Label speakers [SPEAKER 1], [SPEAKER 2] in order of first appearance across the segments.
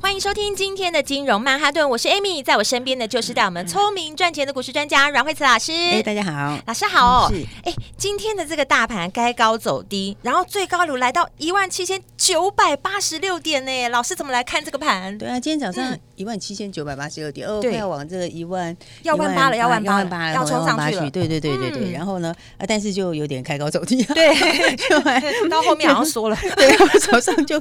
[SPEAKER 1] 欢迎收听今天的金融曼哈顿，我是 Amy，在我身边的就是带我们聪明赚钱的股市专家阮慧慈老师。
[SPEAKER 2] 哎、大家好，
[SPEAKER 1] 老师好、哦
[SPEAKER 2] 嗯是！
[SPEAKER 1] 哎、今天的这个大盘该高走低，然后最高流来到一万七千九百八十六点呢。老师怎么来看这个盘？
[SPEAKER 2] 对啊，今天早上
[SPEAKER 1] 嗯
[SPEAKER 2] 一万七千九百八十六点，哦，快
[SPEAKER 1] 对
[SPEAKER 2] 要往这个一万
[SPEAKER 1] 要万八了要万八了
[SPEAKER 2] 八
[SPEAKER 1] 要冲上去了
[SPEAKER 2] 对对对对对。
[SPEAKER 1] 嗯
[SPEAKER 2] 然后呢，啊，但是就有点开高走低，
[SPEAKER 1] 对
[SPEAKER 2] 就还
[SPEAKER 1] 到后面好像 缩了，
[SPEAKER 2] 对，我早上就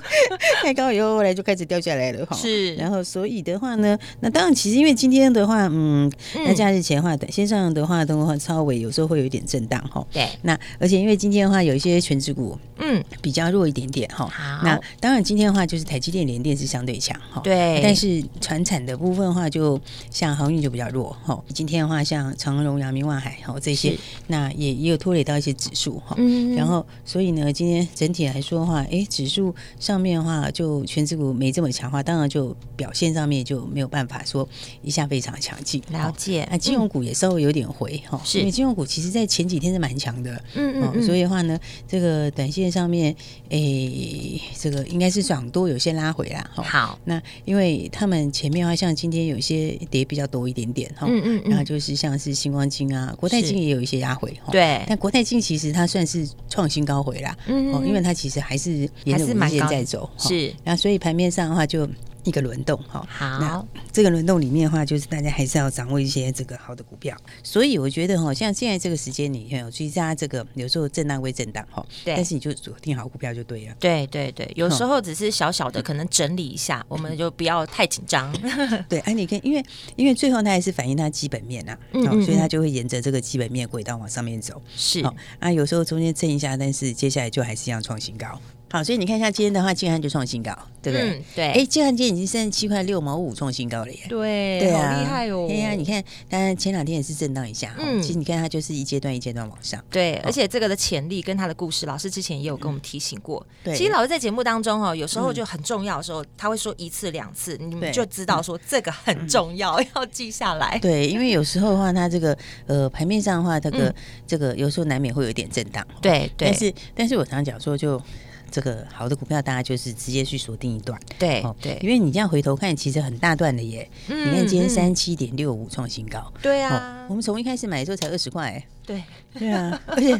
[SPEAKER 2] 开高以后，后来就开始掉下来了哈。
[SPEAKER 1] 是
[SPEAKER 2] 然后所以的话呢，那当然其实因为今天的话，嗯，那
[SPEAKER 1] 嗯
[SPEAKER 2] 假日前的话，线上的话，的话超尾有时候会有一点震荡哈。
[SPEAKER 1] 对，
[SPEAKER 2] 那而且因为今天的话，有一些全指股
[SPEAKER 1] 嗯，
[SPEAKER 2] 比较弱一点点哈。
[SPEAKER 1] 好
[SPEAKER 2] 那当然今天的话，就是台积电、联电是相对强哈。
[SPEAKER 1] 对
[SPEAKER 2] 但是船产的部分的话，就像航运就比较弱哈。今天的话，像长荣、阳明、万海哈这些
[SPEAKER 1] 是，
[SPEAKER 2] 那也也有拖累到一些指数哈。
[SPEAKER 1] 嗯
[SPEAKER 2] 然后，所以呢，今天整体来说的话，诶，指数上面的话，就全指股没这么强化，当然就表现上面就没有办法说一下非常强劲。
[SPEAKER 1] 了解
[SPEAKER 2] 那啊金融股也稍微有点回哈，
[SPEAKER 1] 是
[SPEAKER 2] 因为金融股其实在前几天是蛮强的，
[SPEAKER 1] 嗯
[SPEAKER 2] 哦，所以的话呢，这个短线上面，诶、这个应该是涨多有些拉回啦，哈、
[SPEAKER 1] 好，
[SPEAKER 2] 那因为他们前面的话，像今天有一些跌比较多一点点哈，
[SPEAKER 1] 嗯嗯嗯
[SPEAKER 2] 哦然后就是像是星光金啊、国泰
[SPEAKER 1] 是
[SPEAKER 2] 金也有一些压回哈，
[SPEAKER 1] 对
[SPEAKER 2] 但国泰金其实它算是创新高回啦，
[SPEAKER 1] 嗯嗯
[SPEAKER 2] 哦，
[SPEAKER 1] 嗯
[SPEAKER 2] 因为它其哦实还是沿
[SPEAKER 1] 还是
[SPEAKER 2] 着五日
[SPEAKER 1] 蛮
[SPEAKER 2] 线
[SPEAKER 1] 高的
[SPEAKER 2] 在走，哈
[SPEAKER 1] 是，
[SPEAKER 2] 那所以盘面上的话就一个轮动哈，
[SPEAKER 1] 好，
[SPEAKER 2] 这个轮动里面的话，就是大家还是要掌握一些这个好的股票。所以我觉得哈，像现在这个时间里面，其实大家这个有时候震荡归震荡哈，
[SPEAKER 1] 对。
[SPEAKER 2] 但是你哦就锁定好股票就对了
[SPEAKER 1] 对对对，有时候只是小小的，可能整理一下，我
[SPEAKER 2] 嗯
[SPEAKER 1] 们就不要太紧张。
[SPEAKER 2] 对，哎、你看，因为因为最后它还是反映它基本面呐、啊，
[SPEAKER 1] 嗯
[SPEAKER 2] 哦
[SPEAKER 1] 嗯
[SPEAKER 2] 所以
[SPEAKER 1] 嗯
[SPEAKER 2] 它就会沿着这个基本面轨道往上面走。
[SPEAKER 1] 是，
[SPEAKER 2] 好、啊，有时候中间震一下，但是接下来就还是一样创新高。好，所以你看一下今天的话，金安就创新高，对不对？
[SPEAKER 1] 嗯，对，
[SPEAKER 2] 哎、金安今天已经三十七块六毛五创新高了耶。
[SPEAKER 1] 对，
[SPEAKER 2] 对啊，
[SPEAKER 1] 好厉害哦！
[SPEAKER 2] 对呀、你看，当然前两天也是震荡一下，
[SPEAKER 1] 嗯
[SPEAKER 2] 嗯，其实你看它就是一阶段一阶段往上，
[SPEAKER 1] 对，而且这个的潜力跟他的故事，老师之前也有跟我们提醒过。
[SPEAKER 2] 对嗯
[SPEAKER 1] 其实老师在节目当中哦，有时候就很重要的时候，他会说一次两次，你们
[SPEAKER 2] 对
[SPEAKER 1] 就知道说这个很重要，要记下来。
[SPEAKER 2] 对，因为有时候的话，它这个呃盘面上的话，这个、
[SPEAKER 1] 嗯
[SPEAKER 2] 这个有时候难免会有一点震荡，
[SPEAKER 1] 对
[SPEAKER 2] 但
[SPEAKER 1] 对
[SPEAKER 2] 是但是我常讲说就。这个好的股票，大家就是直接去锁定一段，
[SPEAKER 1] 对
[SPEAKER 2] 哦因
[SPEAKER 1] 对，
[SPEAKER 2] 为你这样回头看，其实很大段的耶。
[SPEAKER 1] 嗯
[SPEAKER 2] 你看今
[SPEAKER 1] 嗯
[SPEAKER 2] 天三七点六五创新高，
[SPEAKER 1] 对
[SPEAKER 2] 哦
[SPEAKER 1] 啊，
[SPEAKER 2] 我，们从一开始买的时候才二十块耶，
[SPEAKER 1] 对。
[SPEAKER 2] 对啊， 而且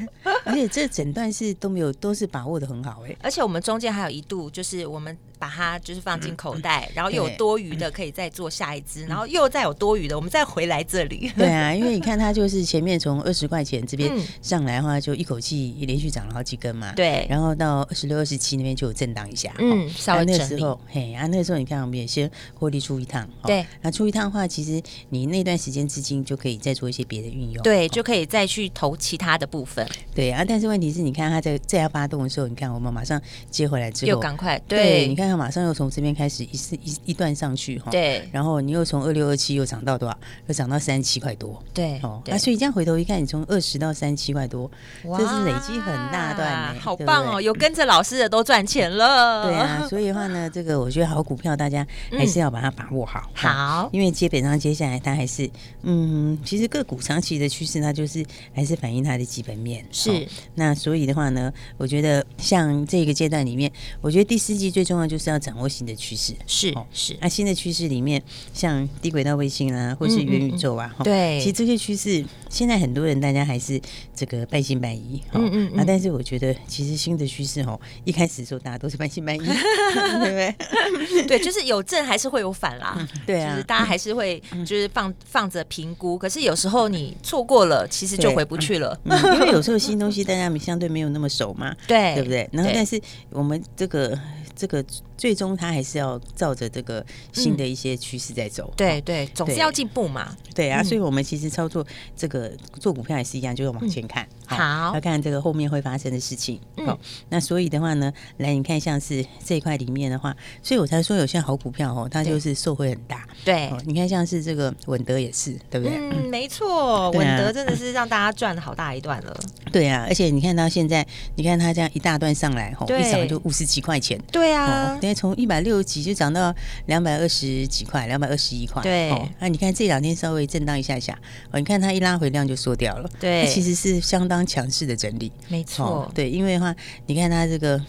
[SPEAKER 2] 而且这整段是都没有，都是把握的很好哎。
[SPEAKER 1] 而且我们中间还有一度，就是我们把它就是放进口袋，然后又有
[SPEAKER 2] 嗯对
[SPEAKER 1] 多余的可以再做下一支，然后又再有多余的，我们再回来这 里。
[SPEAKER 2] 对啊，因为你看它就是前面从二十块钱这边
[SPEAKER 1] 嗯
[SPEAKER 2] 上来的话，就一口气连续涨了好几根嘛。。
[SPEAKER 1] 对，
[SPEAKER 2] 然后到二十六、二十七那边就有震荡一下，
[SPEAKER 1] 嗯
[SPEAKER 2] 哦
[SPEAKER 1] 稍微
[SPEAKER 2] 啊那个
[SPEAKER 1] 整理
[SPEAKER 2] 时候，嘿，啊，那个时候你看我们也先获利出一趟，哦
[SPEAKER 1] 对，
[SPEAKER 2] 那出一趟的话，其实你那段时间资金就可以再做一些别的运用，
[SPEAKER 1] 对，
[SPEAKER 2] 哦
[SPEAKER 1] 就可以再去投其他的部分，
[SPEAKER 2] 对啊。但是问题是，你看它在在它发动的时候，你看我们马上接回来之
[SPEAKER 1] 又
[SPEAKER 2] 后，
[SPEAKER 1] 赶快
[SPEAKER 2] 对，
[SPEAKER 1] 对
[SPEAKER 2] 你看它马上又从这边开始一次一一段上去哈，哦，
[SPEAKER 1] 对
[SPEAKER 2] 然后你又从二六二七又涨到多少？又涨到三十七块多，
[SPEAKER 1] 对
[SPEAKER 2] 哦，
[SPEAKER 1] 对
[SPEAKER 2] 那、所以这样回头一看，你从二十到三七块多，
[SPEAKER 1] 哇
[SPEAKER 2] 这是累积很大段呢，
[SPEAKER 1] 好
[SPEAKER 2] 对不
[SPEAKER 1] 棒哦！
[SPEAKER 2] 对
[SPEAKER 1] 有跟着老师的都赚钱了。
[SPEAKER 2] 对啊，，所以的话呢，这个我觉得好股票大家还是要把它把握好。哦
[SPEAKER 1] 嗯好，
[SPEAKER 2] 因为基本上接下来它还是，嗯，其实个股长期的趋势，它就是还是反映它的基本面。哦
[SPEAKER 1] 是
[SPEAKER 2] 那所以的话呢，我觉得像这个阶段里面，我觉得第四季最重要就是要掌握新的趋势。
[SPEAKER 1] 是
[SPEAKER 2] 哦
[SPEAKER 1] 是，
[SPEAKER 2] 那新的趋势里面，像低轨道卫星啊，或是
[SPEAKER 1] 嗯嗯
[SPEAKER 2] 元宇宙啊，哈
[SPEAKER 1] 对
[SPEAKER 2] 其实这些趋势现在很多人大家还是这个半信半疑，哈
[SPEAKER 1] 嗯嗯嗯
[SPEAKER 2] 啊，但是我觉得其实新的趋势哦，一开始的时候大家都是半信半疑， 对不 对？
[SPEAKER 1] 对，就是有正还是会有反啦。
[SPEAKER 2] 对
[SPEAKER 1] 就是
[SPEAKER 2] 啊。
[SPEAKER 1] 大家还是会就是放放着评估，可是有时候你错过了，其实就
[SPEAKER 2] 对
[SPEAKER 1] 回不去了。
[SPEAKER 2] 嗯因为有时候新东西大家相对没有那么熟嘛，
[SPEAKER 1] 对
[SPEAKER 2] 对不对？然后，但是我们这个这个最终它还是要照着这个新
[SPEAKER 1] 嗯
[SPEAKER 2] 的一些趋势在走。
[SPEAKER 1] 对对，总是
[SPEAKER 2] 哦对
[SPEAKER 1] 要进步嘛。
[SPEAKER 2] 对啊，
[SPEAKER 1] 嗯
[SPEAKER 2] 所以我们其实操作这个做股票也是一样，就是往前看，
[SPEAKER 1] 嗯好
[SPEAKER 2] 要看这个后面会发生的事情。
[SPEAKER 1] 嗯
[SPEAKER 2] 好，那所以的话呢，来你看像是这一块里面的话，所以我才说有些好股票哦，它
[SPEAKER 1] 对
[SPEAKER 2] 就是受惠很大。
[SPEAKER 1] 对，
[SPEAKER 2] 哦，你看像是这个稳德也是，对不对？
[SPEAKER 1] 嗯，没错，
[SPEAKER 2] 对
[SPEAKER 1] 稳
[SPEAKER 2] 啊
[SPEAKER 1] 德真的是让大家赚了好大一段了。
[SPEAKER 2] 对啊，而且你看到现在，你看它这样一大段上来，吼，哦
[SPEAKER 1] 对
[SPEAKER 2] 一早就五十几块钱。
[SPEAKER 1] 对
[SPEAKER 2] 哦
[SPEAKER 1] 啊，，
[SPEAKER 2] 等于从一百六十几就涨到两百二十几块，两百二十一块。
[SPEAKER 1] 对
[SPEAKER 2] 哦那、你看这两天稍微震荡一下下，哦，你看它一拉回量就缩掉了，
[SPEAKER 1] 对
[SPEAKER 2] 那其实是相当强势的整理。
[SPEAKER 1] 没
[SPEAKER 2] 哦
[SPEAKER 1] 错，，
[SPEAKER 2] 对，因为的话，你看它这个。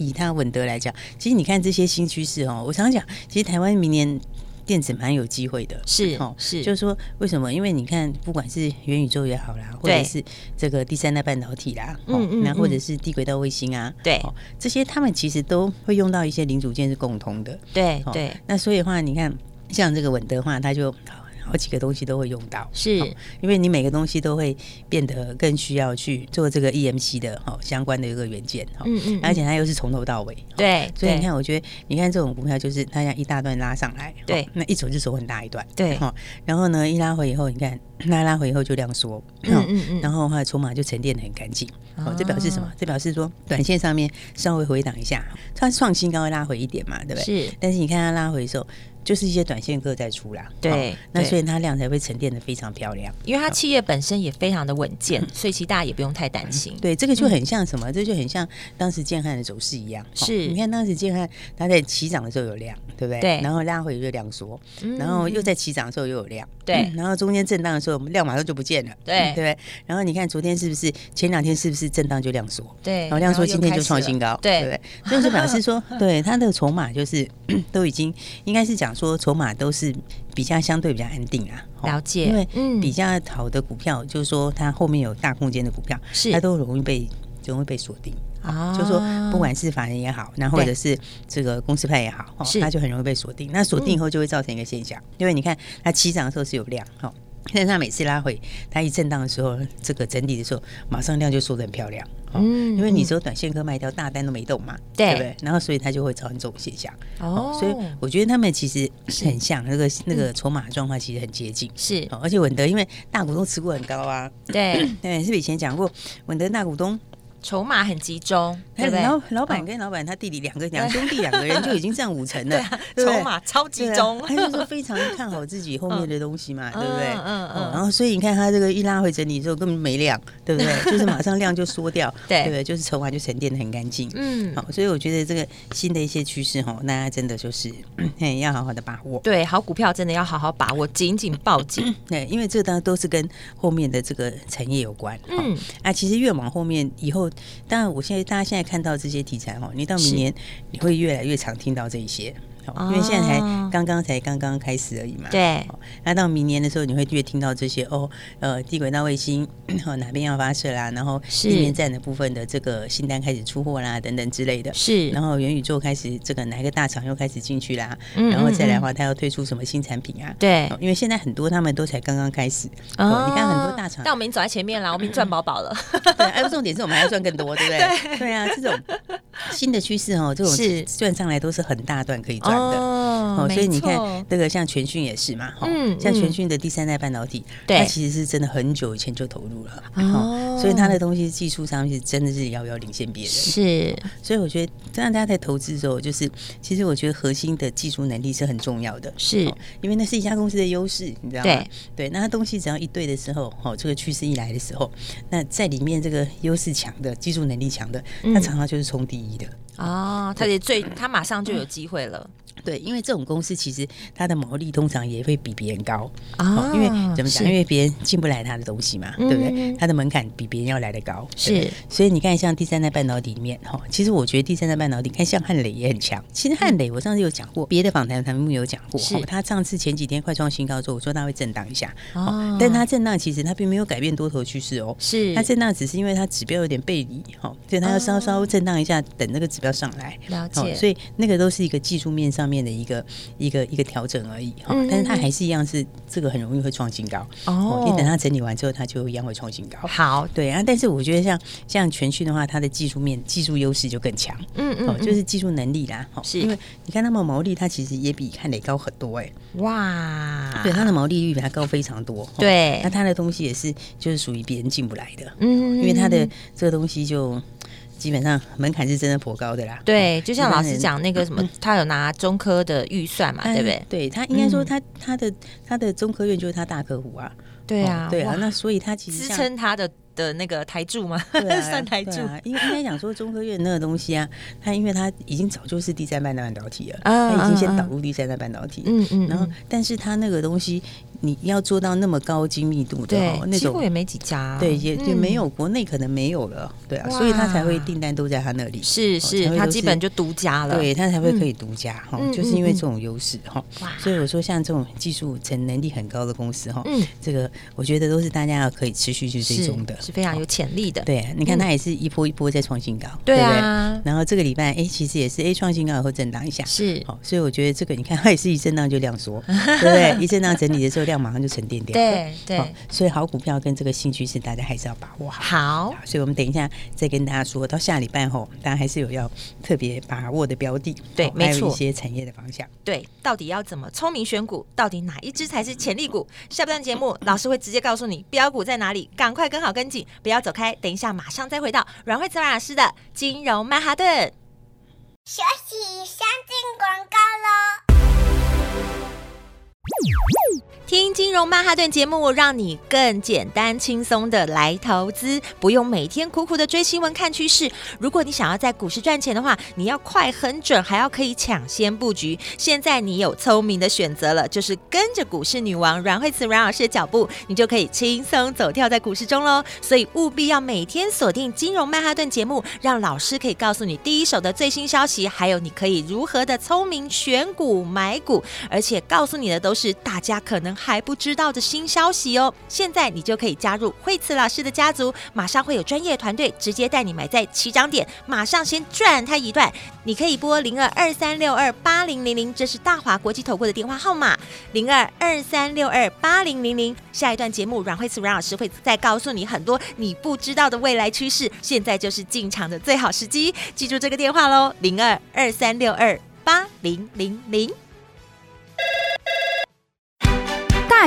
[SPEAKER 2] 以它稳德来讲，其实你看这些新趋势哦，我常讲，其实台湾明年电子蛮有机会的，
[SPEAKER 1] 是
[SPEAKER 2] 哦，
[SPEAKER 1] 是
[SPEAKER 2] 就是说为什么？因为你看，不管是元宇宙也好啦，或者
[SPEAKER 1] 对
[SPEAKER 2] 是这个第三代半导体啦，
[SPEAKER 1] 嗯
[SPEAKER 2] 哦
[SPEAKER 1] 嗯
[SPEAKER 2] 那或者
[SPEAKER 1] 嗯
[SPEAKER 2] 是低轨道卫星啊，
[SPEAKER 1] 对
[SPEAKER 2] 哦，这些他们其实都会用到一些零组件是共通的，
[SPEAKER 1] 对
[SPEAKER 2] 哦
[SPEAKER 1] 对，
[SPEAKER 2] 那所以的话，你看像这个稳德的话，它就好好几个东西都会用到，
[SPEAKER 1] 是
[SPEAKER 2] 因为你每个东西都会变得更需要去做这个 EMC 的哈、哦、相关的一个元件哈，
[SPEAKER 1] 嗯嗯嗯
[SPEAKER 2] 而且它又是从头到尾，哦
[SPEAKER 1] 对
[SPEAKER 2] 所以你
[SPEAKER 1] 对
[SPEAKER 2] 看，我觉得你看这种股票就是它像一大段拉上来，哦
[SPEAKER 1] 对
[SPEAKER 2] 那一走就走很大一段，
[SPEAKER 1] 对
[SPEAKER 2] 哦，然后呢一拉回以后，你看那拉回以后就量缩，
[SPEAKER 1] 嗯
[SPEAKER 2] 哦
[SPEAKER 1] 嗯嗯
[SPEAKER 2] 然后的话筹码就沉淀的很干净，哦，这表示什么
[SPEAKER 1] 啊？
[SPEAKER 2] 这表示说短线上面稍微回档一下，它创新高会拉回一点嘛，对不对？
[SPEAKER 1] 是
[SPEAKER 2] 但是你看它拉回的时候，就是一些短线客在出啦。
[SPEAKER 1] 对
[SPEAKER 2] 哦那
[SPEAKER 1] 对
[SPEAKER 2] 所以它量才会沉淀的非常漂亮。
[SPEAKER 1] 因为它企业本身也非常的稳健，所以其实大家也不用太担心。
[SPEAKER 2] 嗯对，这个就很像什么？这就很像当时建汉的走势一样。哦
[SPEAKER 1] 嗯是
[SPEAKER 2] 你看当时建汉它在起涨的时候有量，对不对？
[SPEAKER 1] 对
[SPEAKER 2] 然后拉回就量缩，
[SPEAKER 1] 嗯
[SPEAKER 2] 然后又在起涨的时候又有量，
[SPEAKER 1] 对
[SPEAKER 2] 嗯然后中间震荡的时候，我们量马上就不见了，
[SPEAKER 1] 对
[SPEAKER 2] 嗯对不对？然后你看昨天是不是？前两天是不是震荡就量缩？
[SPEAKER 1] 对，
[SPEAKER 2] 然后量缩
[SPEAKER 1] 哎又
[SPEAKER 2] 今天
[SPEAKER 1] 开
[SPEAKER 2] 就
[SPEAKER 1] 始
[SPEAKER 2] 创
[SPEAKER 1] 了
[SPEAKER 2] 新高，不
[SPEAKER 1] 对
[SPEAKER 2] 对？所以就表 示说，对它的筹码就是 都已经应该是讲说筹码都是比较相对比较安定啊，哦
[SPEAKER 1] 了解
[SPEAKER 2] 因为
[SPEAKER 1] 嗯
[SPEAKER 2] 比较好的股票，就是说它后面有大空间的股票，
[SPEAKER 1] 是
[SPEAKER 2] 它都容易被容易被锁定。
[SPEAKER 1] 啊
[SPEAKER 2] 就是说，不管是法人也好，那或者是这个公司派也好，哦
[SPEAKER 1] 是
[SPEAKER 2] 它就很容易被锁定。那锁定以后就会造成一个现象，因为你看它起涨的时候是有量，哈、哦，但是它每次拉回，它一震荡的时候，这个整理的时候，马上量就缩得很漂亮，哦，
[SPEAKER 1] 嗯
[SPEAKER 2] 因为你
[SPEAKER 1] 嗯
[SPEAKER 2] 只有短线客卖掉，大单都没动嘛，
[SPEAKER 1] 对
[SPEAKER 2] 不对？然后所以它就会造成这种现象。
[SPEAKER 1] 哦，嗯
[SPEAKER 2] 所以我觉得他们其实很像，那个那个筹码状况其实很接近。
[SPEAKER 1] 是
[SPEAKER 2] 哦，而且稳德因为大股东持股很高啊，
[SPEAKER 1] 对
[SPEAKER 2] 对，是不是以前讲过，稳德大股东哎
[SPEAKER 1] 筹码很集中，对不对？
[SPEAKER 2] 老老板
[SPEAKER 1] 嗯
[SPEAKER 2] 跟老板他弟弟两个两兄弟两个人就已经占五成了，对不对
[SPEAKER 1] 啊筹码超集中
[SPEAKER 2] 对啊，他就是非常看好自己后面的东西嘛，
[SPEAKER 1] 嗯
[SPEAKER 2] 对不对？
[SPEAKER 1] 嗯嗯嗯
[SPEAKER 2] 哦然后所以你看他这个一拉回整理之后根本没量，对不对？就是马上量就缩掉，
[SPEAKER 1] 对
[SPEAKER 2] 不对？就是筹码就沉淀的很干净。
[SPEAKER 1] 嗯
[SPEAKER 2] 好，所以我觉得这个新的一些趋势哈，大家真的就是
[SPEAKER 1] 嗯
[SPEAKER 2] 嘿要好好的把握。
[SPEAKER 1] 对，好股票真的要好好把握，紧紧抱紧。
[SPEAKER 2] 对，因为这当然都是跟后面的这个产业有关。
[SPEAKER 1] 嗯
[SPEAKER 2] 嗯，啊，其实越往后面以后，当然我现在大家现在看到这些题材哦，你到
[SPEAKER 1] 是
[SPEAKER 2] 明年你会越来越常听到这一些。哦因为现在才
[SPEAKER 1] 哦
[SPEAKER 2] 刚刚才刚刚开始而已嘛，
[SPEAKER 1] 对
[SPEAKER 2] 哦。那到明年的时候，你会越听到这些哦，呃，地轨道卫星 哦哪边要发射啦，然后
[SPEAKER 1] 是
[SPEAKER 2] 地面站的部分的这个新单开始出货啦，等等之类的。
[SPEAKER 1] 是
[SPEAKER 2] 然后元宇宙开始这个哪一个大厂又开始进去啦，
[SPEAKER 1] 嗯
[SPEAKER 2] 然后再
[SPEAKER 1] 嗯嗯
[SPEAKER 2] 来的话，它要推出什么新产品啊？
[SPEAKER 1] 对
[SPEAKER 2] 哦因为现在很多他们都才刚刚开 始，
[SPEAKER 1] 哦
[SPEAKER 2] 哦，你看很多大厂
[SPEAKER 1] 但，我们已经走在前面 了，我们已经赚饱饱了。
[SPEAKER 2] 对，哎，重点是我们还要赚更多，对不对？对啊，这种新的趋势哦，这
[SPEAKER 1] 是
[SPEAKER 2] 种赚上来都是很大段可以赚
[SPEAKER 1] 哦
[SPEAKER 2] 的。所以你
[SPEAKER 1] 没错
[SPEAKER 2] 看，这个像全讯也是嘛，哦
[SPEAKER 1] 嗯
[SPEAKER 2] 像
[SPEAKER 1] 嗯
[SPEAKER 2] 全讯的第三代半导体，
[SPEAKER 1] 对
[SPEAKER 2] 它其实是真的很久以前就投入了，
[SPEAKER 1] 哦
[SPEAKER 2] 所以它的东西技术上面是真的是遥遥领先别人，
[SPEAKER 1] 是
[SPEAKER 2] 所以我觉得，让大家在投资的时候，就是其实我觉得核心的技术能力是很重要的，
[SPEAKER 1] 是
[SPEAKER 2] 哦因为那是一家公司的优势，你知道吗？
[SPEAKER 1] 对
[SPEAKER 2] 那它东西只要一对的时候，哦，这个趋势一来的时候，那在里面这个优势强的、技术能力强的，
[SPEAKER 1] 嗯
[SPEAKER 2] 它常常就是冲第一的。
[SPEAKER 1] 哦，他也最他马上就有机会了
[SPEAKER 2] 对，因为这种公司其实它的毛利通常也会比别人高，
[SPEAKER 1] 啊
[SPEAKER 2] 哦因为怎么
[SPEAKER 1] 是
[SPEAKER 2] 讲？因为别人进不来它的东西嘛，对不
[SPEAKER 1] 嗯
[SPEAKER 2] 对？它的门槛比别人要来的高，
[SPEAKER 1] 是
[SPEAKER 2] 对不对所以你看，像第三代半导体里面哈，哦其实我觉得第三代半导体，看像汉磊也很强。其实汉磊我上次有讲过，别的访谈栏目有讲过，
[SPEAKER 1] 嗯是
[SPEAKER 2] 哦他上次前几天快创新高之后，我说他会震荡一下，
[SPEAKER 1] 哦
[SPEAKER 2] 哦，但他震荡其实他并没有改变多头趋势哦。
[SPEAKER 1] 是
[SPEAKER 2] 它震荡只是因为它指标有点背离，
[SPEAKER 1] 哦
[SPEAKER 2] 哈，所以它要稍稍震荡一下，等那个指标上来。
[SPEAKER 1] 了
[SPEAKER 2] 哦
[SPEAKER 1] 解，
[SPEAKER 2] 所以那个都是一个技术面上上面的一个一个一个调整而已哈、
[SPEAKER 1] 嗯嗯
[SPEAKER 2] 但是它还是一样是这个很容易会创新高
[SPEAKER 1] 哦
[SPEAKER 2] 你等它整理完之后，它就一样会创新高。
[SPEAKER 1] 好，
[SPEAKER 2] 对啊，但是我觉得像像全讯的话，它的技术面技术优势就更强。
[SPEAKER 1] 嗯
[SPEAKER 2] 哦，
[SPEAKER 1] 嗯，
[SPEAKER 2] 就
[SPEAKER 1] 就是
[SPEAKER 2] 是技术能力啦，哦
[SPEAKER 1] 是
[SPEAKER 2] 因为你看他们毛利，它其实也比看磊高很多哎、
[SPEAKER 1] 嗯哇，
[SPEAKER 2] 对，它的毛利率比它高非常多，哦
[SPEAKER 1] 啊对
[SPEAKER 2] 那它的东西也是就是属于别人进不来的，
[SPEAKER 1] 嗯
[SPEAKER 2] 因为它的这个东西就基本上门槛是真的颇高的啦，哦
[SPEAKER 1] 对，就像
[SPEAKER 2] 一般
[SPEAKER 1] 老
[SPEAKER 2] 人嗯哎
[SPEAKER 1] 师讲那个什么，他有拿中科的预算嘛，
[SPEAKER 2] 它
[SPEAKER 1] 对不嗯对？
[SPEAKER 2] 对，它应该说它它的它的中科院就是它大客户啊，
[SPEAKER 1] 对
[SPEAKER 2] 哦
[SPEAKER 1] 啊，
[SPEAKER 2] 对啊
[SPEAKER 1] 哇，
[SPEAKER 2] 那所以它其实
[SPEAKER 1] 支
[SPEAKER 2] 像
[SPEAKER 1] 撑他的的那个台柱吗？
[SPEAKER 2] 对啊
[SPEAKER 1] 算台柱
[SPEAKER 2] 对。啊，因为应该讲说中科院那个东西啊，它因为它已经早就是第三代半导体了，
[SPEAKER 1] 嗯
[SPEAKER 2] 它已经先
[SPEAKER 1] 嗯
[SPEAKER 2] 导入第三代半导体，
[SPEAKER 1] 嗯嗯
[SPEAKER 2] 然后
[SPEAKER 1] 嗯
[SPEAKER 2] 但是它那个东西你要做到那么高精密度的
[SPEAKER 1] 对
[SPEAKER 2] 哦，，那
[SPEAKER 1] 几乎也
[SPEAKER 2] 种。
[SPEAKER 1] 没几家，
[SPEAKER 2] 对，也也
[SPEAKER 1] 嗯
[SPEAKER 2] 没有，国内可能没有了，对啊，
[SPEAKER 1] 哇
[SPEAKER 2] 所以它才会订单都在它那里，
[SPEAKER 1] 嗯是
[SPEAKER 2] 哦
[SPEAKER 1] 是
[SPEAKER 2] 才，会
[SPEAKER 1] 他
[SPEAKER 2] 都
[SPEAKER 1] 基
[SPEAKER 2] 是
[SPEAKER 1] 本就独家了，
[SPEAKER 2] 对，它才会可以独家哈、
[SPEAKER 1] 嗯
[SPEAKER 2] 就是因为
[SPEAKER 1] 嗯嗯
[SPEAKER 2] 这种优势哈
[SPEAKER 1] 哇，
[SPEAKER 2] 所以我说像这种技术层能力很高的公司哈，
[SPEAKER 1] 嗯
[SPEAKER 2] 这个我觉得都是大家要可以持续去追
[SPEAKER 1] 是
[SPEAKER 2] 踪的，
[SPEAKER 1] 是非常有潜力的，
[SPEAKER 2] 对，你看它也是一波一波在创新高，
[SPEAKER 1] 对
[SPEAKER 2] 不
[SPEAKER 1] 啊，
[SPEAKER 2] 然后这个礼拜，哎，其实也是哎创新高以后震荡一下，
[SPEAKER 1] 是，
[SPEAKER 2] 好、所以我觉得这个你看，它也是一震荡就量缩， 对不对？一震荡整理的时候，量马上就沉淀掉，
[SPEAKER 1] 对
[SPEAKER 2] 好
[SPEAKER 1] 对，
[SPEAKER 2] 所以好股票跟这个兴趣是大家还是要把握好。
[SPEAKER 1] 好，
[SPEAKER 2] 好所以我们等一下再跟大家说，到下礼拜后，大家还是有要特别把握的标的，
[SPEAKER 1] 对
[SPEAKER 2] 好
[SPEAKER 1] 没
[SPEAKER 2] 还有一
[SPEAKER 1] 错
[SPEAKER 2] 些产业的方向。
[SPEAKER 1] 对，到底要怎么聪明选股？到底哪一只才是潜力股？下半段节目老师会直接告诉你标股在哪里，赶快跟好跟紧，不要走开。等一下马上再回到阮慧慈老师的金融曼哈顿。
[SPEAKER 3] 学习相进广告喽。
[SPEAKER 1] 听金融曼哈顿节目，让你更简单轻松的来投资，不用每天苦苦的追新闻看趋势。如果你想要在股市赚钱的话，你要快、很准，还要可以抢先布局。现在你有聪明的选择了，就是跟着股市女王阮慧慈阮老师的脚步，你就可以轻松走跳在股市中喽。所以务必要每天锁定金融曼哈顿节目，让老师可以告诉你第一手的最新消息，还有你可以如何的聪明选股买股。而且告诉你的都是大家可能还不知道的新消息哦。现在你就可以加入惠慈老师的家族，马上会有专业团队直接带你买在起涨点，马上先赚它一段。你可以拨零二二三六二八零零零，这是大华国际投顾的电话号码，零二二三六二八零零零。下一段节目，阮惠慈阮老师会再告诉你很多你不知道的未来趋势，现在就是进场的最好时机，记住这个电话喽，零二二三六二八零零零。
[SPEAKER 4] 大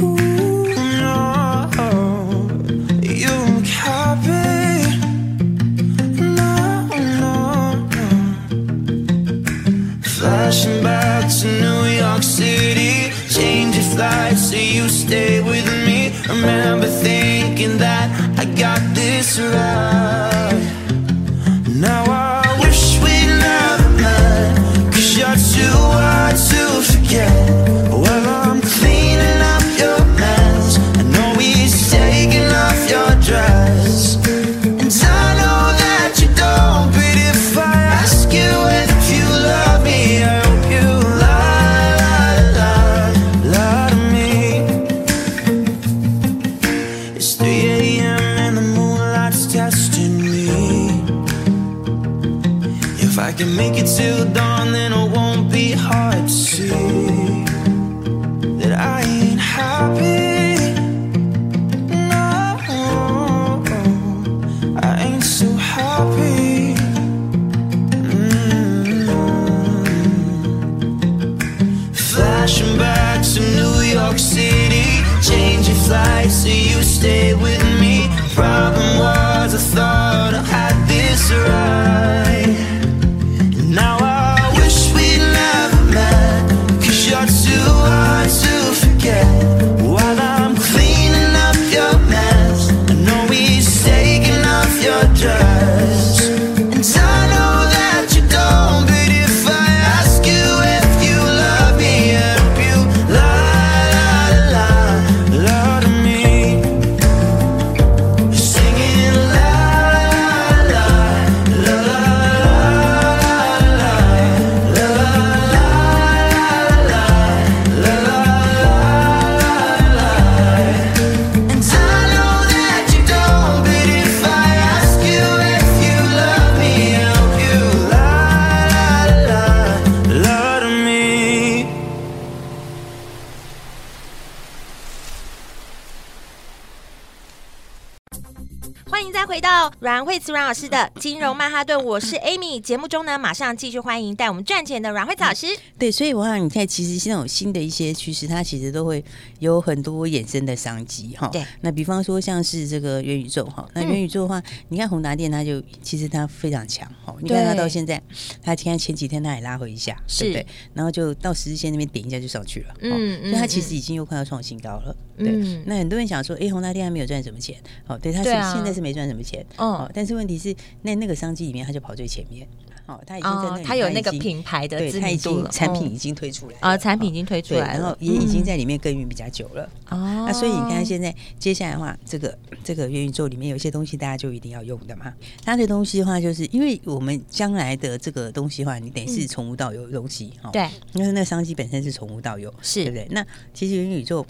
[SPEAKER 5] Ooh, no. You look happy. No, no, no. Flashing back to New York City. Change your flight so you stay with me. Remember thinking that I got this right. I can make it till dawn, then it won't be hard to see that I ain't happy. No, I ain't so happy. Mm-hmm. Mm. Flashing back to New York City, changing flights so you stay with me. Problem was, I thought I had this right. Now I wish we never met. Cause you're too hard to forget. While I'm cleaning up your mess, I know he's taking off your dress. And I know that you don't. But if I ask you if you love me, I hope you lie, lie, lie, lie to me. Singing la la la la la la la. And I know that you don't, but if I ask you if you love me, I hope you lie, lie, lie to me.
[SPEAKER 1] 欢迎再回到阮慧慈阮老师的金融曼哈顿，我是 Amy。节目中呢，马上继续欢迎带我们赚钱的阮慧慈老师。
[SPEAKER 2] 对，所以我想你看，其实现在有新的一些趋势，它其实都会有很多衍生的商机哈。
[SPEAKER 1] 对，嗯
[SPEAKER 2] 那比方说像是这个元宇宙哈，那元宇宙的话，你看宏达电它就其实它非常强哈，你看它到现在，它今天前几天它也拉回一下，对
[SPEAKER 1] 是
[SPEAKER 2] 不对？然后就到十日线那边点一下就上去了，
[SPEAKER 1] 嗯
[SPEAKER 2] 嗯，
[SPEAKER 1] 嗯
[SPEAKER 2] 所以它其实已经又快要创新高了。对
[SPEAKER 1] 嗯，
[SPEAKER 2] 那很多人想说，哎，宏达电还没有赚什么钱，哦，对，它是
[SPEAKER 1] 对啊
[SPEAKER 2] 现在是没赚什么钱，
[SPEAKER 1] 嗯
[SPEAKER 2] 哦，但是问题是，那那个商机里面它就跑最前面，哦，它已经在那
[SPEAKER 1] 哦
[SPEAKER 2] 里，
[SPEAKER 1] 它有那个
[SPEAKER 2] 已经
[SPEAKER 1] 品牌的
[SPEAKER 2] 对，
[SPEAKER 1] 知
[SPEAKER 2] 它
[SPEAKER 1] 名
[SPEAKER 2] 已
[SPEAKER 1] 度
[SPEAKER 2] 经
[SPEAKER 1] 了，
[SPEAKER 2] 产品
[SPEAKER 1] 哦
[SPEAKER 2] 已经推出来了哦
[SPEAKER 1] 啊产品已经推出
[SPEAKER 2] 对
[SPEAKER 1] 来
[SPEAKER 2] 然
[SPEAKER 1] 了
[SPEAKER 2] 后也已经
[SPEAKER 1] 嗯
[SPEAKER 2] 在里面耕耘比较久了。
[SPEAKER 1] 哦
[SPEAKER 2] 那所以你看，现在接下来的话，这个这个元宇宙里面有一些东西，大家就一定要用的嘛。它的东西的话，就是因为我们将来的这个东西的话，你等于是从无到有的东西哈、哦
[SPEAKER 1] 嗯对，
[SPEAKER 2] 因为那个商机本身是从无到有，
[SPEAKER 1] 是
[SPEAKER 2] 对不对？那其实元宇宙。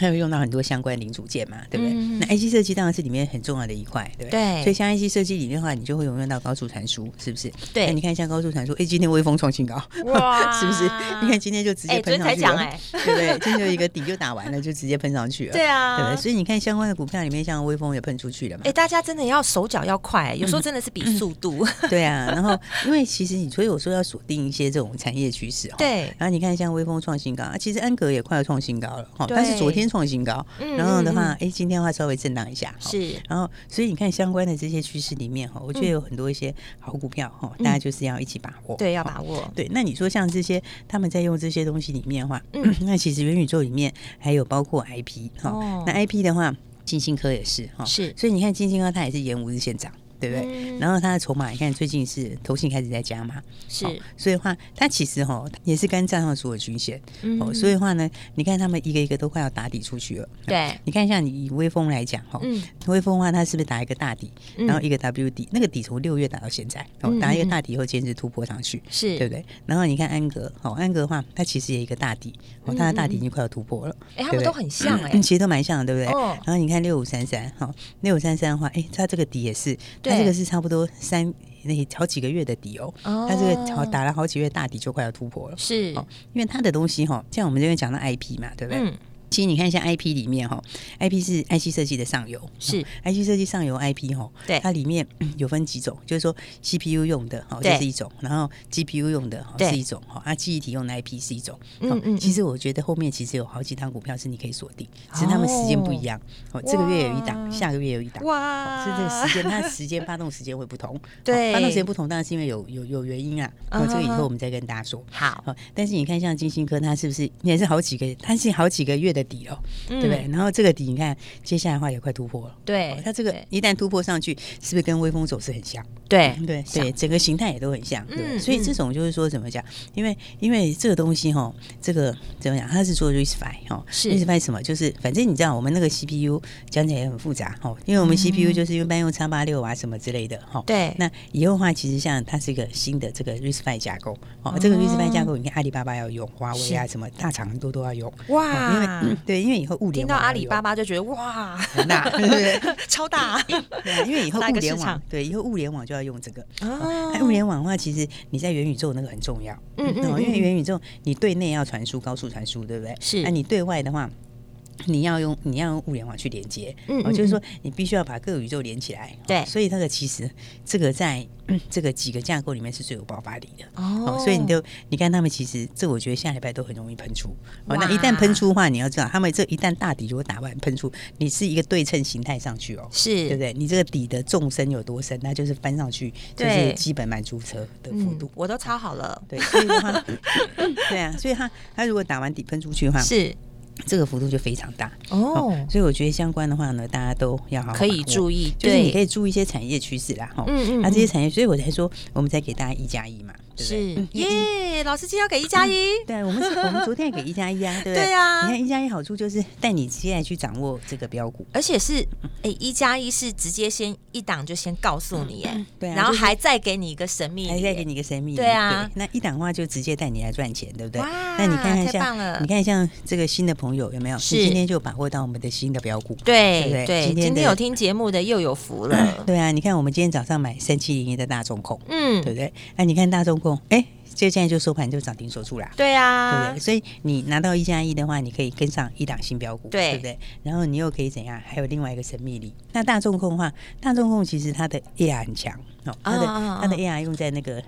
[SPEAKER 2] 还有用到很多相关零组件嘛，对不对？
[SPEAKER 1] 嗯
[SPEAKER 2] 那 IC 设计当然是里面很重要的一块，对不对？
[SPEAKER 1] 对
[SPEAKER 2] 所以像 IC 设计里面的话，你就会有用到高速传输，是不是？
[SPEAKER 1] 对
[SPEAKER 2] 那你看像高速传输，哎，今天微风创新高，
[SPEAKER 1] 哇
[SPEAKER 2] 是不是？你看今天就直
[SPEAKER 1] 哎
[SPEAKER 2] 接
[SPEAKER 1] 昨天
[SPEAKER 2] 喷
[SPEAKER 1] 才
[SPEAKER 2] 上去了，
[SPEAKER 1] 讲哎
[SPEAKER 2] 对不对？今天有一个底就打完了，就直接喷上去 了，
[SPEAKER 1] 对啊
[SPEAKER 2] 对不对？所以你看相关的股票里面，像微风也喷出去 了嘛
[SPEAKER 1] 哎、，大家真的要手脚要快，有时候
[SPEAKER 2] 嗯
[SPEAKER 1] 真的是比速度。
[SPEAKER 2] 对啊，然后因为其实你所以我说要锁定一些这种产业趋势哈。
[SPEAKER 1] 对
[SPEAKER 2] 然后你看像微风创新高，啊，其实安格也快要创新高了哈，
[SPEAKER 1] 对
[SPEAKER 2] 但是昨天创新高
[SPEAKER 1] 嗯，
[SPEAKER 2] 然后的话，哎，今天的话稍微震荡一下，哈
[SPEAKER 1] 是嗯
[SPEAKER 2] 然后所以你看相关的这些趋势里面哦哈，我觉得有很多一些好股票哈，大家就是要一起把握，哦
[SPEAKER 1] 对，要
[SPEAKER 2] 哈
[SPEAKER 1] 把握。
[SPEAKER 2] 对，那你说像这些他们在用这些东西里面的话，
[SPEAKER 1] 嗯
[SPEAKER 2] 那其实元宇宙里面还有包括 IP 哈、
[SPEAKER 1] 哦
[SPEAKER 2] 那 IP 的话，金星科也是哈、
[SPEAKER 1] 是
[SPEAKER 2] 所以你看金星科它也是延五日线涨，对不对？
[SPEAKER 1] 嗯
[SPEAKER 2] 然后它的筹码，你看最近是投信开始在加嘛，
[SPEAKER 1] 是
[SPEAKER 2] 哦所以的话它其实哈、也是刚站上所有均线，
[SPEAKER 1] 嗯
[SPEAKER 2] 哦，所以的话呢，你看他们一个一个都快要打底出去了，
[SPEAKER 1] 对
[SPEAKER 2] 你看像你以微风来讲哈、
[SPEAKER 1] 嗯
[SPEAKER 2] 微风的话它是不是打一个大底，
[SPEAKER 1] 嗯
[SPEAKER 2] 然后一个 W 底，那个底从六月打到现在，哦
[SPEAKER 1] 嗯，
[SPEAKER 2] 打一个
[SPEAKER 1] 嗯嗯
[SPEAKER 2] 大底以后，坚持突破上去，
[SPEAKER 1] 是
[SPEAKER 2] 对不对？然后你看安格，哦，安格的话，它其实也一个大底，
[SPEAKER 1] 嗯
[SPEAKER 2] 哦，它的大底已经快要突破了。
[SPEAKER 1] 哎、他们
[SPEAKER 2] 对不对嗯
[SPEAKER 1] 都很像哎、
[SPEAKER 2] 其实都蛮像的，对不对？
[SPEAKER 1] 哦
[SPEAKER 2] 然后你看六五三三，哈，六五三三的话，哎，它这个底也是，它
[SPEAKER 1] 对
[SPEAKER 2] 这个是差不多三那好几个月的底哦，
[SPEAKER 1] 哦
[SPEAKER 2] 它这个好打了好几个月大底就快要突破了。
[SPEAKER 1] 是，
[SPEAKER 2] 哦，因为它的东西哈，像我们这边讲到 IP 嘛，对不对？
[SPEAKER 1] 嗯，
[SPEAKER 2] 其实你看一下 IP 里面哈，IP 是 IC 设计的上游，
[SPEAKER 1] 是
[SPEAKER 2] 哦 IC 设计上游 IP 哈，
[SPEAKER 1] 对
[SPEAKER 2] 它里面 嗯有分几种，就是说 CPU 用的哈，
[SPEAKER 1] 对
[SPEAKER 2] 这是一种，然后 GPU 用的哈
[SPEAKER 1] 对
[SPEAKER 2] 是一种哈，啊记忆体用的 IP 是一种，
[SPEAKER 1] 嗯
[SPEAKER 2] 哦
[SPEAKER 1] 嗯
[SPEAKER 2] 其实我觉得后面其实有好几档股票是你可以锁定，只是他们时间不一样，哦，这个月有
[SPEAKER 1] 哇
[SPEAKER 2] 一档，下个月有一档，
[SPEAKER 1] 哇
[SPEAKER 2] 是这个时 间，它的时间发动时间会不同。
[SPEAKER 1] 对嗯
[SPEAKER 2] 哦发动时间不同，当然是因为有有有原因啊。哦，这个以后我们再跟大家说。
[SPEAKER 1] 好
[SPEAKER 2] 哦，但是你看，像金星科，它是不是也是好几个，它是好几个月的底哦，
[SPEAKER 1] 嗯
[SPEAKER 2] 对不对？然后这个底，你看接下来的话也快突破了。
[SPEAKER 1] 对
[SPEAKER 2] 哦它这个嗯
[SPEAKER 1] 对
[SPEAKER 2] 一旦突破上去，是不是跟微风走势很像？
[SPEAKER 1] 对
[SPEAKER 2] 对
[SPEAKER 1] 像
[SPEAKER 2] 对，整个形态也都很像，对不对、
[SPEAKER 1] 嗯
[SPEAKER 2] 所以这种就是说怎么讲？因为因为这个东西哈，这个怎么讲？它是做 RISC-V 哈
[SPEAKER 1] 是
[SPEAKER 2] ，RISC-V 什么？就是反正你知道我们那个 CPU 讲起来也很复杂哈，因为我们 CPU 就是一般用叉八六啊什么之类的哈。
[SPEAKER 1] 嗯对
[SPEAKER 2] 那以后的话，其实像它是一个新的这个 RISC-V 架构哦，这个 RISC-V 架构，你看阿里巴巴要用，华为啊什么大厂很多都要用
[SPEAKER 1] 哇
[SPEAKER 2] 哦因为对，因为以后物
[SPEAKER 1] 听
[SPEAKER 2] 联网
[SPEAKER 1] 到阿
[SPEAKER 2] 还
[SPEAKER 1] 里
[SPEAKER 2] 有
[SPEAKER 1] 巴巴就觉得哇，
[SPEAKER 2] 很大， 对不对？
[SPEAKER 1] 超 大
[SPEAKER 2] 对，因为以后
[SPEAKER 1] 哪
[SPEAKER 2] 物
[SPEAKER 1] 个
[SPEAKER 2] 联
[SPEAKER 1] 市
[SPEAKER 2] 网
[SPEAKER 1] 场，
[SPEAKER 2] 对，以后物联网就要用这个。
[SPEAKER 1] 哦
[SPEAKER 2] 哎物联网的话，其实你在元宇宙那个很重要，
[SPEAKER 1] 嗯嗯
[SPEAKER 2] 哦因为
[SPEAKER 1] 嗯
[SPEAKER 2] 元宇宙你对内要传输高速传输，对不对？
[SPEAKER 1] 是
[SPEAKER 2] 那你对外的话。你要用你要用物联网去连接，
[SPEAKER 1] 嗯
[SPEAKER 2] 哦
[SPEAKER 1] 嗯
[SPEAKER 2] 就是说你必须要把各个宇宙连起来，
[SPEAKER 1] 对
[SPEAKER 2] 哦所以那个其实这个在、嗯这个几个架构里面是最有爆发力的，
[SPEAKER 1] 哦
[SPEAKER 2] 哦，所以你就你看他们其实这我觉得下礼拜都很容易喷出，
[SPEAKER 1] 哇
[SPEAKER 2] 哦，那一旦喷出的话，你要知道他们这一旦大底如果打完喷出，你是一个对称形态上去哦，
[SPEAKER 1] 是
[SPEAKER 2] 对不对？你这个底的纵深有多深，那就是翻上去就
[SPEAKER 1] 对
[SPEAKER 2] 是基本满足车的幅度。
[SPEAKER 1] 嗯，我都抄好了，
[SPEAKER 2] 对，所以的话，对啊，所以它它如果打完底喷出去的话，
[SPEAKER 1] 是
[SPEAKER 2] 这个幅度就非常大
[SPEAKER 1] 哦，
[SPEAKER 2] 所以我觉得相关的话呢，大家都要好好
[SPEAKER 1] 可以注
[SPEAKER 2] 意，
[SPEAKER 1] 意，
[SPEAKER 2] 就是你可
[SPEAKER 1] 以，
[SPEAKER 2] 以注意一些产业趋势啦，哈，
[SPEAKER 1] 嗯嗯
[SPEAKER 2] 那这些
[SPEAKER 1] 嗯
[SPEAKER 2] 产业，所以我才说我们才给大家一加一嘛，对不对？嗯
[SPEAKER 1] 是耶，老师今天要给一加一，
[SPEAKER 2] 对，我们是我们昨天也给一加一啊，对不对？
[SPEAKER 1] 对啊
[SPEAKER 2] 你看一加一好处就是带你现在去掌握这个标股，
[SPEAKER 1] 而且是哎一加一是直接先一档就先告诉你哎，
[SPEAKER 2] 对啊
[SPEAKER 1] 然后
[SPEAKER 2] 就是
[SPEAKER 1] 还再给你一个神秘礼耶，
[SPEAKER 2] 还再给你一个神秘礼，
[SPEAKER 1] 对啊
[SPEAKER 2] 那一档话就直接带你来赚钱，对不对
[SPEAKER 1] 哇？
[SPEAKER 2] 那你看看
[SPEAKER 1] 太棒了
[SPEAKER 2] 像，你看像这个新的朋友有没有？
[SPEAKER 1] 是
[SPEAKER 2] 你今天就把握到我们的新的标股，对不
[SPEAKER 1] 对
[SPEAKER 2] 对
[SPEAKER 1] 对，
[SPEAKER 2] 今天
[SPEAKER 1] 今天
[SPEAKER 2] 的
[SPEAKER 1] 有听节目的又有福 了，
[SPEAKER 2] 对啊，你看我们今天早上买三七零一的大众控，
[SPEAKER 1] 嗯
[SPEAKER 2] 对，不对？那你看大众控，哎，就现在就收盘就涨停锁住啦。
[SPEAKER 1] 对
[SPEAKER 2] 对
[SPEAKER 1] 啊
[SPEAKER 2] 不对？，所以你拿到一加一的话，你可以跟上一档新标股，
[SPEAKER 1] 对
[SPEAKER 2] 不对？然后你又可以怎样？还有另外一个神秘力。那大众控的话，大众控其实它的 AR 很强哦，它的
[SPEAKER 1] 啊啊啊
[SPEAKER 2] 它的 AR 用在那个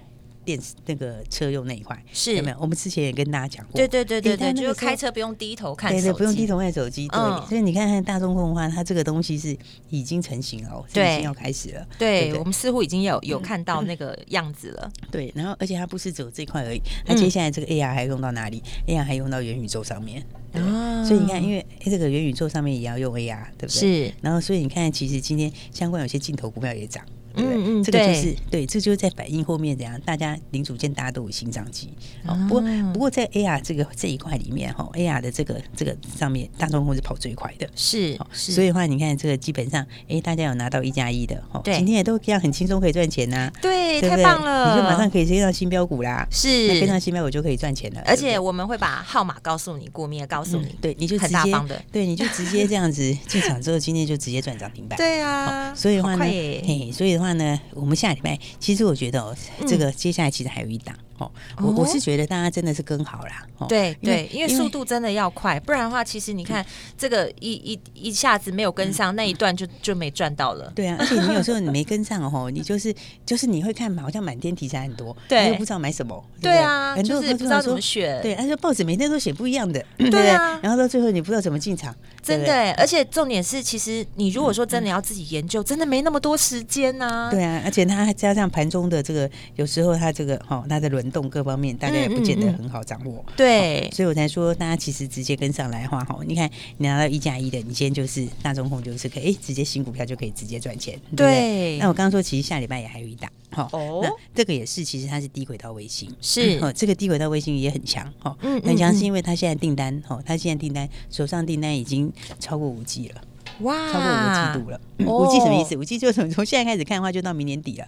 [SPEAKER 2] 电视那个车用那一块，
[SPEAKER 1] 是
[SPEAKER 2] 有没有？我们之前也跟大家讲过，
[SPEAKER 1] 对对对对
[SPEAKER 2] 诶它
[SPEAKER 1] 对，
[SPEAKER 2] 哎那
[SPEAKER 1] 就
[SPEAKER 2] 个
[SPEAKER 1] 是
[SPEAKER 2] 时
[SPEAKER 1] 开
[SPEAKER 2] 候
[SPEAKER 1] 车不用低头看
[SPEAKER 2] 对
[SPEAKER 1] 手
[SPEAKER 2] 对，
[SPEAKER 1] 机，
[SPEAKER 2] 不用低头看手机，对。
[SPEAKER 1] 嗯
[SPEAKER 2] 所以你看看大众控的话，它这个东西是已经成型了哦，是
[SPEAKER 1] 对
[SPEAKER 2] 已经要开始了，
[SPEAKER 1] 对
[SPEAKER 2] 不
[SPEAKER 1] 我们似乎已经有有看到那个样子了，
[SPEAKER 2] 对，然后而且它不是只有这块而已，
[SPEAKER 1] 嗯
[SPEAKER 2] 它接下来这个 AR 还用到哪里、a r 还用到元宇宙上面。对
[SPEAKER 1] 啊
[SPEAKER 2] 嗯所以你看，因为诶这个元宇宙上面也要用 AR，对不对？。
[SPEAKER 1] 是
[SPEAKER 2] 然后，所以你看，其实今天相关有些镜头股票也涨，对不对？
[SPEAKER 1] 嗯嗯
[SPEAKER 2] 这个就
[SPEAKER 1] 对
[SPEAKER 2] 是对，这就是在反映后面怎样，大家零组件大家都有新商机。哦，不过
[SPEAKER 1] 啊
[SPEAKER 2] 不过在 AR 这个这一块里面哈、a r 的这个这个上面，大众公司跑最快的。
[SPEAKER 1] 是
[SPEAKER 2] 哦
[SPEAKER 1] 是，
[SPEAKER 2] 所以的话，你看这个基本上，哎，大家有拿到一加一的，哦，
[SPEAKER 1] 对
[SPEAKER 2] 今天也都这样很轻松可以赚钱呐、
[SPEAKER 1] 对，
[SPEAKER 2] 对
[SPEAKER 1] 太
[SPEAKER 2] 不对
[SPEAKER 1] 棒了，
[SPEAKER 2] 你就马上可以接到新标股啦。那跟上
[SPEAKER 1] 是，
[SPEAKER 2] 新标股就可以赚钱了，
[SPEAKER 1] 而
[SPEAKER 2] 对
[SPEAKER 1] 且
[SPEAKER 2] 不
[SPEAKER 1] 我们会把号码告诉你，股民也告诉
[SPEAKER 2] 对
[SPEAKER 1] 你，
[SPEAKER 2] 嗯，对，你就直
[SPEAKER 1] 很
[SPEAKER 2] 接
[SPEAKER 1] 大方的，
[SPEAKER 2] 对，你就直接这样子进场之后，今天就直接赚涨停板。
[SPEAKER 1] 对
[SPEAKER 2] 哦
[SPEAKER 1] 啊，
[SPEAKER 2] 所以的话
[SPEAKER 1] 好
[SPEAKER 2] 呢，
[SPEAKER 1] 快耶
[SPEAKER 2] 嘿，所以的话呢，我们下礼拜其实我觉得哦，这个接下来其实还有一档哦，我
[SPEAKER 1] 嗯哦
[SPEAKER 2] 我是觉得大家真的是跟好啦，哦
[SPEAKER 1] 对对，因为速度真的要快，不然的话，其实你
[SPEAKER 2] 嗯
[SPEAKER 1] 看这个一一一下子没有跟上那一段就就没赚到了。
[SPEAKER 2] 对啊，而且你有时候你没跟上哦，你就是就是你会看嘛，好像满天题材很多，
[SPEAKER 1] 对
[SPEAKER 2] 你又不知道买什么，不
[SPEAKER 1] 对啊，
[SPEAKER 2] 很多
[SPEAKER 1] 就
[SPEAKER 2] 人
[SPEAKER 1] 是
[SPEAKER 2] 都
[SPEAKER 1] 不知道怎
[SPEAKER 2] 说
[SPEAKER 1] 么选。
[SPEAKER 2] 对，而且报纸每天都写不一样的，对不
[SPEAKER 1] 对啊
[SPEAKER 2] 然后到最后你不知道怎么进场，对
[SPEAKER 1] 真
[SPEAKER 2] 不
[SPEAKER 1] 的
[SPEAKER 2] 对
[SPEAKER 1] 耶，而且重点是，其实你如果说真的要自己研究，真的没那么多时间呐。
[SPEAKER 2] 对啊，而且它还加上盘中的这个，有时候它这个哦，它的轮动各方面，大家也不见得
[SPEAKER 1] 嗯嗯嗯
[SPEAKER 2] 很好掌握。
[SPEAKER 1] 对
[SPEAKER 2] 所以我才说，大家其实直接跟上来的话，哈，哦你看你拿到一加一的，你今天就是大中控，就是可以、哎直接新股票就可以直接赚钱，对不
[SPEAKER 1] 对
[SPEAKER 2] 那我刚刚说，其实下礼拜也还有一档，哈、
[SPEAKER 1] 哦
[SPEAKER 2] 那这个也是，其实它是低轨道卫星，
[SPEAKER 1] 是
[SPEAKER 2] 哦，这个低轨道卫星也很强，哦，
[SPEAKER 1] 嗯
[SPEAKER 2] 很强
[SPEAKER 1] 嗯
[SPEAKER 2] 是因为它现在订单，哦，它现在订单手上订单已经超过五 G 了。
[SPEAKER 1] 哇
[SPEAKER 2] 超过五 G 度了。五
[SPEAKER 1] 哦
[SPEAKER 2] G 什么意思？五 G 就是从从现在开始看的话，就到明年底了。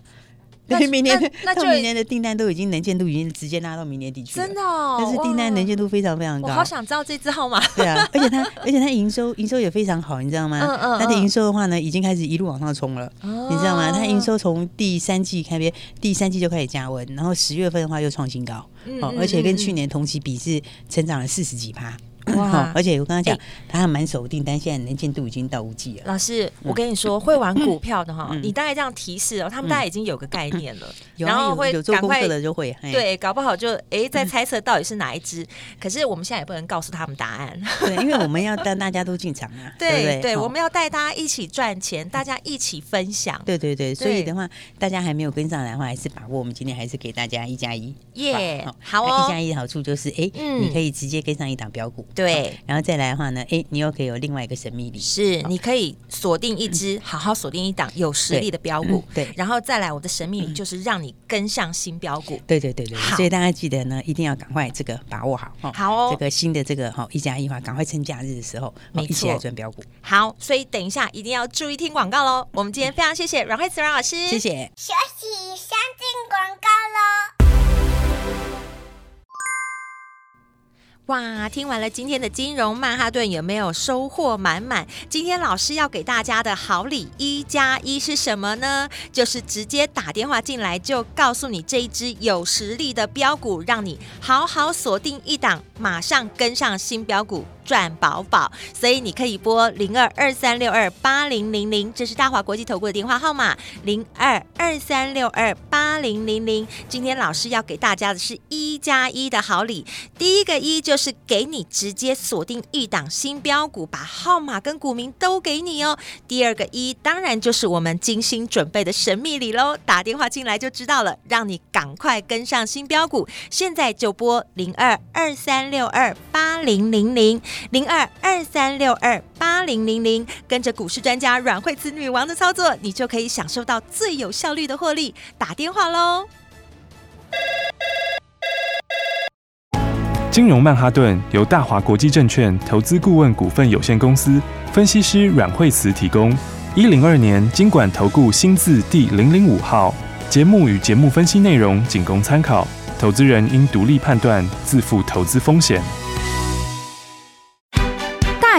[SPEAKER 1] 那
[SPEAKER 2] 对，明年
[SPEAKER 1] 那那
[SPEAKER 2] 到
[SPEAKER 1] 就
[SPEAKER 2] 明年的订单都已经能见度已经直接拉到明年底去了，
[SPEAKER 1] 真的哦
[SPEAKER 2] 但是订单
[SPEAKER 1] 哇
[SPEAKER 2] 能见度非常非常
[SPEAKER 1] 我
[SPEAKER 2] 高，
[SPEAKER 1] 好想知道这支 号码。
[SPEAKER 2] 对啊，而且它而且它营收营收也非常好，你知道吗？
[SPEAKER 1] 嗯嗯
[SPEAKER 2] 它的
[SPEAKER 1] 嗯
[SPEAKER 2] 营收的话呢，已经开始一路往上冲了，
[SPEAKER 1] 哦
[SPEAKER 2] 你知道吗？它营收从第三季开始，第三季就开始加温，然后十月份的话又创新高，
[SPEAKER 1] 嗯
[SPEAKER 2] 哦
[SPEAKER 1] 嗯，
[SPEAKER 2] 而且跟
[SPEAKER 1] 嗯
[SPEAKER 2] 去年同期比是成长了四十几趴。
[SPEAKER 1] 哇
[SPEAKER 2] 哦而且我刚刚讲
[SPEAKER 1] 哎，
[SPEAKER 2] 它还蛮守定，但现在能见度已经到五 G 了。
[SPEAKER 1] 老师，
[SPEAKER 2] 嗯
[SPEAKER 1] 我跟你说，会玩股票的哈，你大概这样提示哦，他们大概已经有个概念了，
[SPEAKER 2] 有啊
[SPEAKER 1] 然后
[SPEAKER 2] 有
[SPEAKER 1] 会
[SPEAKER 2] 有做
[SPEAKER 1] 赶
[SPEAKER 2] 功
[SPEAKER 1] 快
[SPEAKER 2] 课的就嗯会，哎嘿
[SPEAKER 1] 对，搞不好就哎在猜测到底是哪一只。可是我们现在也不能告诉他们答案。
[SPEAKER 2] 对，因为我们要让大家都进场啊，对不
[SPEAKER 1] 对
[SPEAKER 2] 对
[SPEAKER 1] 对，
[SPEAKER 2] 哦
[SPEAKER 1] 我们要带大家一起赚钱，大家一起分享。
[SPEAKER 2] 对对对，所
[SPEAKER 1] 对
[SPEAKER 2] 以的话，大家还没有跟上来的话，还是把握我们今天还是给大家一加一，
[SPEAKER 1] 耶
[SPEAKER 2] 吧
[SPEAKER 1] 好
[SPEAKER 2] 那
[SPEAKER 1] 哦
[SPEAKER 2] 一加一的好处就是，哎，
[SPEAKER 1] 嗯
[SPEAKER 2] 你可以直接跟上一档标股，
[SPEAKER 1] 对
[SPEAKER 2] 好然后再来的话呢，哎，你又可以有另外一个神秘礼，
[SPEAKER 1] 是，你可以锁定一只，好好锁定一档有实力的标股，
[SPEAKER 2] 嗯对嗯嗯对
[SPEAKER 1] 然后再来我的神秘礼就是让你跟上新标股。
[SPEAKER 2] 对对对对，
[SPEAKER 1] 好
[SPEAKER 2] 所以大家记得呢，一定要赶快这个把握好，哦
[SPEAKER 1] 好哦
[SPEAKER 2] 这个新的这个哈一加一的话，赶快趁假日的时候，哦
[SPEAKER 1] 没
[SPEAKER 2] 一起来
[SPEAKER 1] 错
[SPEAKER 2] 赚标股，
[SPEAKER 1] 好，所以等一下一定要注意听广告喽。我们今天非常谢谢阮慧慈阮老师，
[SPEAKER 2] 谢谢。
[SPEAKER 3] 休息，先进广告喽。
[SPEAKER 1] 哇，听完了今天的金融曼哈顿，有没有收获满满？今天老师要给大家的好礼一加一是什么呢？就是直接打电话进来，就告诉你这一只有实力的标股，让你好好锁定一档，马上跟上新标股。赚饱饱，所以你可以拨零二二三六二八零零零，这是大华国际投顾的电话号码，零二二三六二八零零零。今天老师要给大家的是一加一的好礼，第一个一就是给你直接锁定一档新标股，把号码跟股民都给你哦。第二个一当然就是我们精心准备的神秘礼喽，打电话进来就知道了，让你赶快跟上新标股，现在就拨零二二三六二八零零零零二二三六二八零零零，跟着股市专家阮惠慈女王的操作，你就可以享受到最有效率的获利。打电话喽！
[SPEAKER 6] 金融曼哈顿由大华国际证券投资顾问股份有限公司分析师阮惠慈提供。一零二年经管投顾新字第零零五号。节目与节目分析内容仅供参考，投资人应独立判断，自负投资风险。
[SPEAKER 4] 大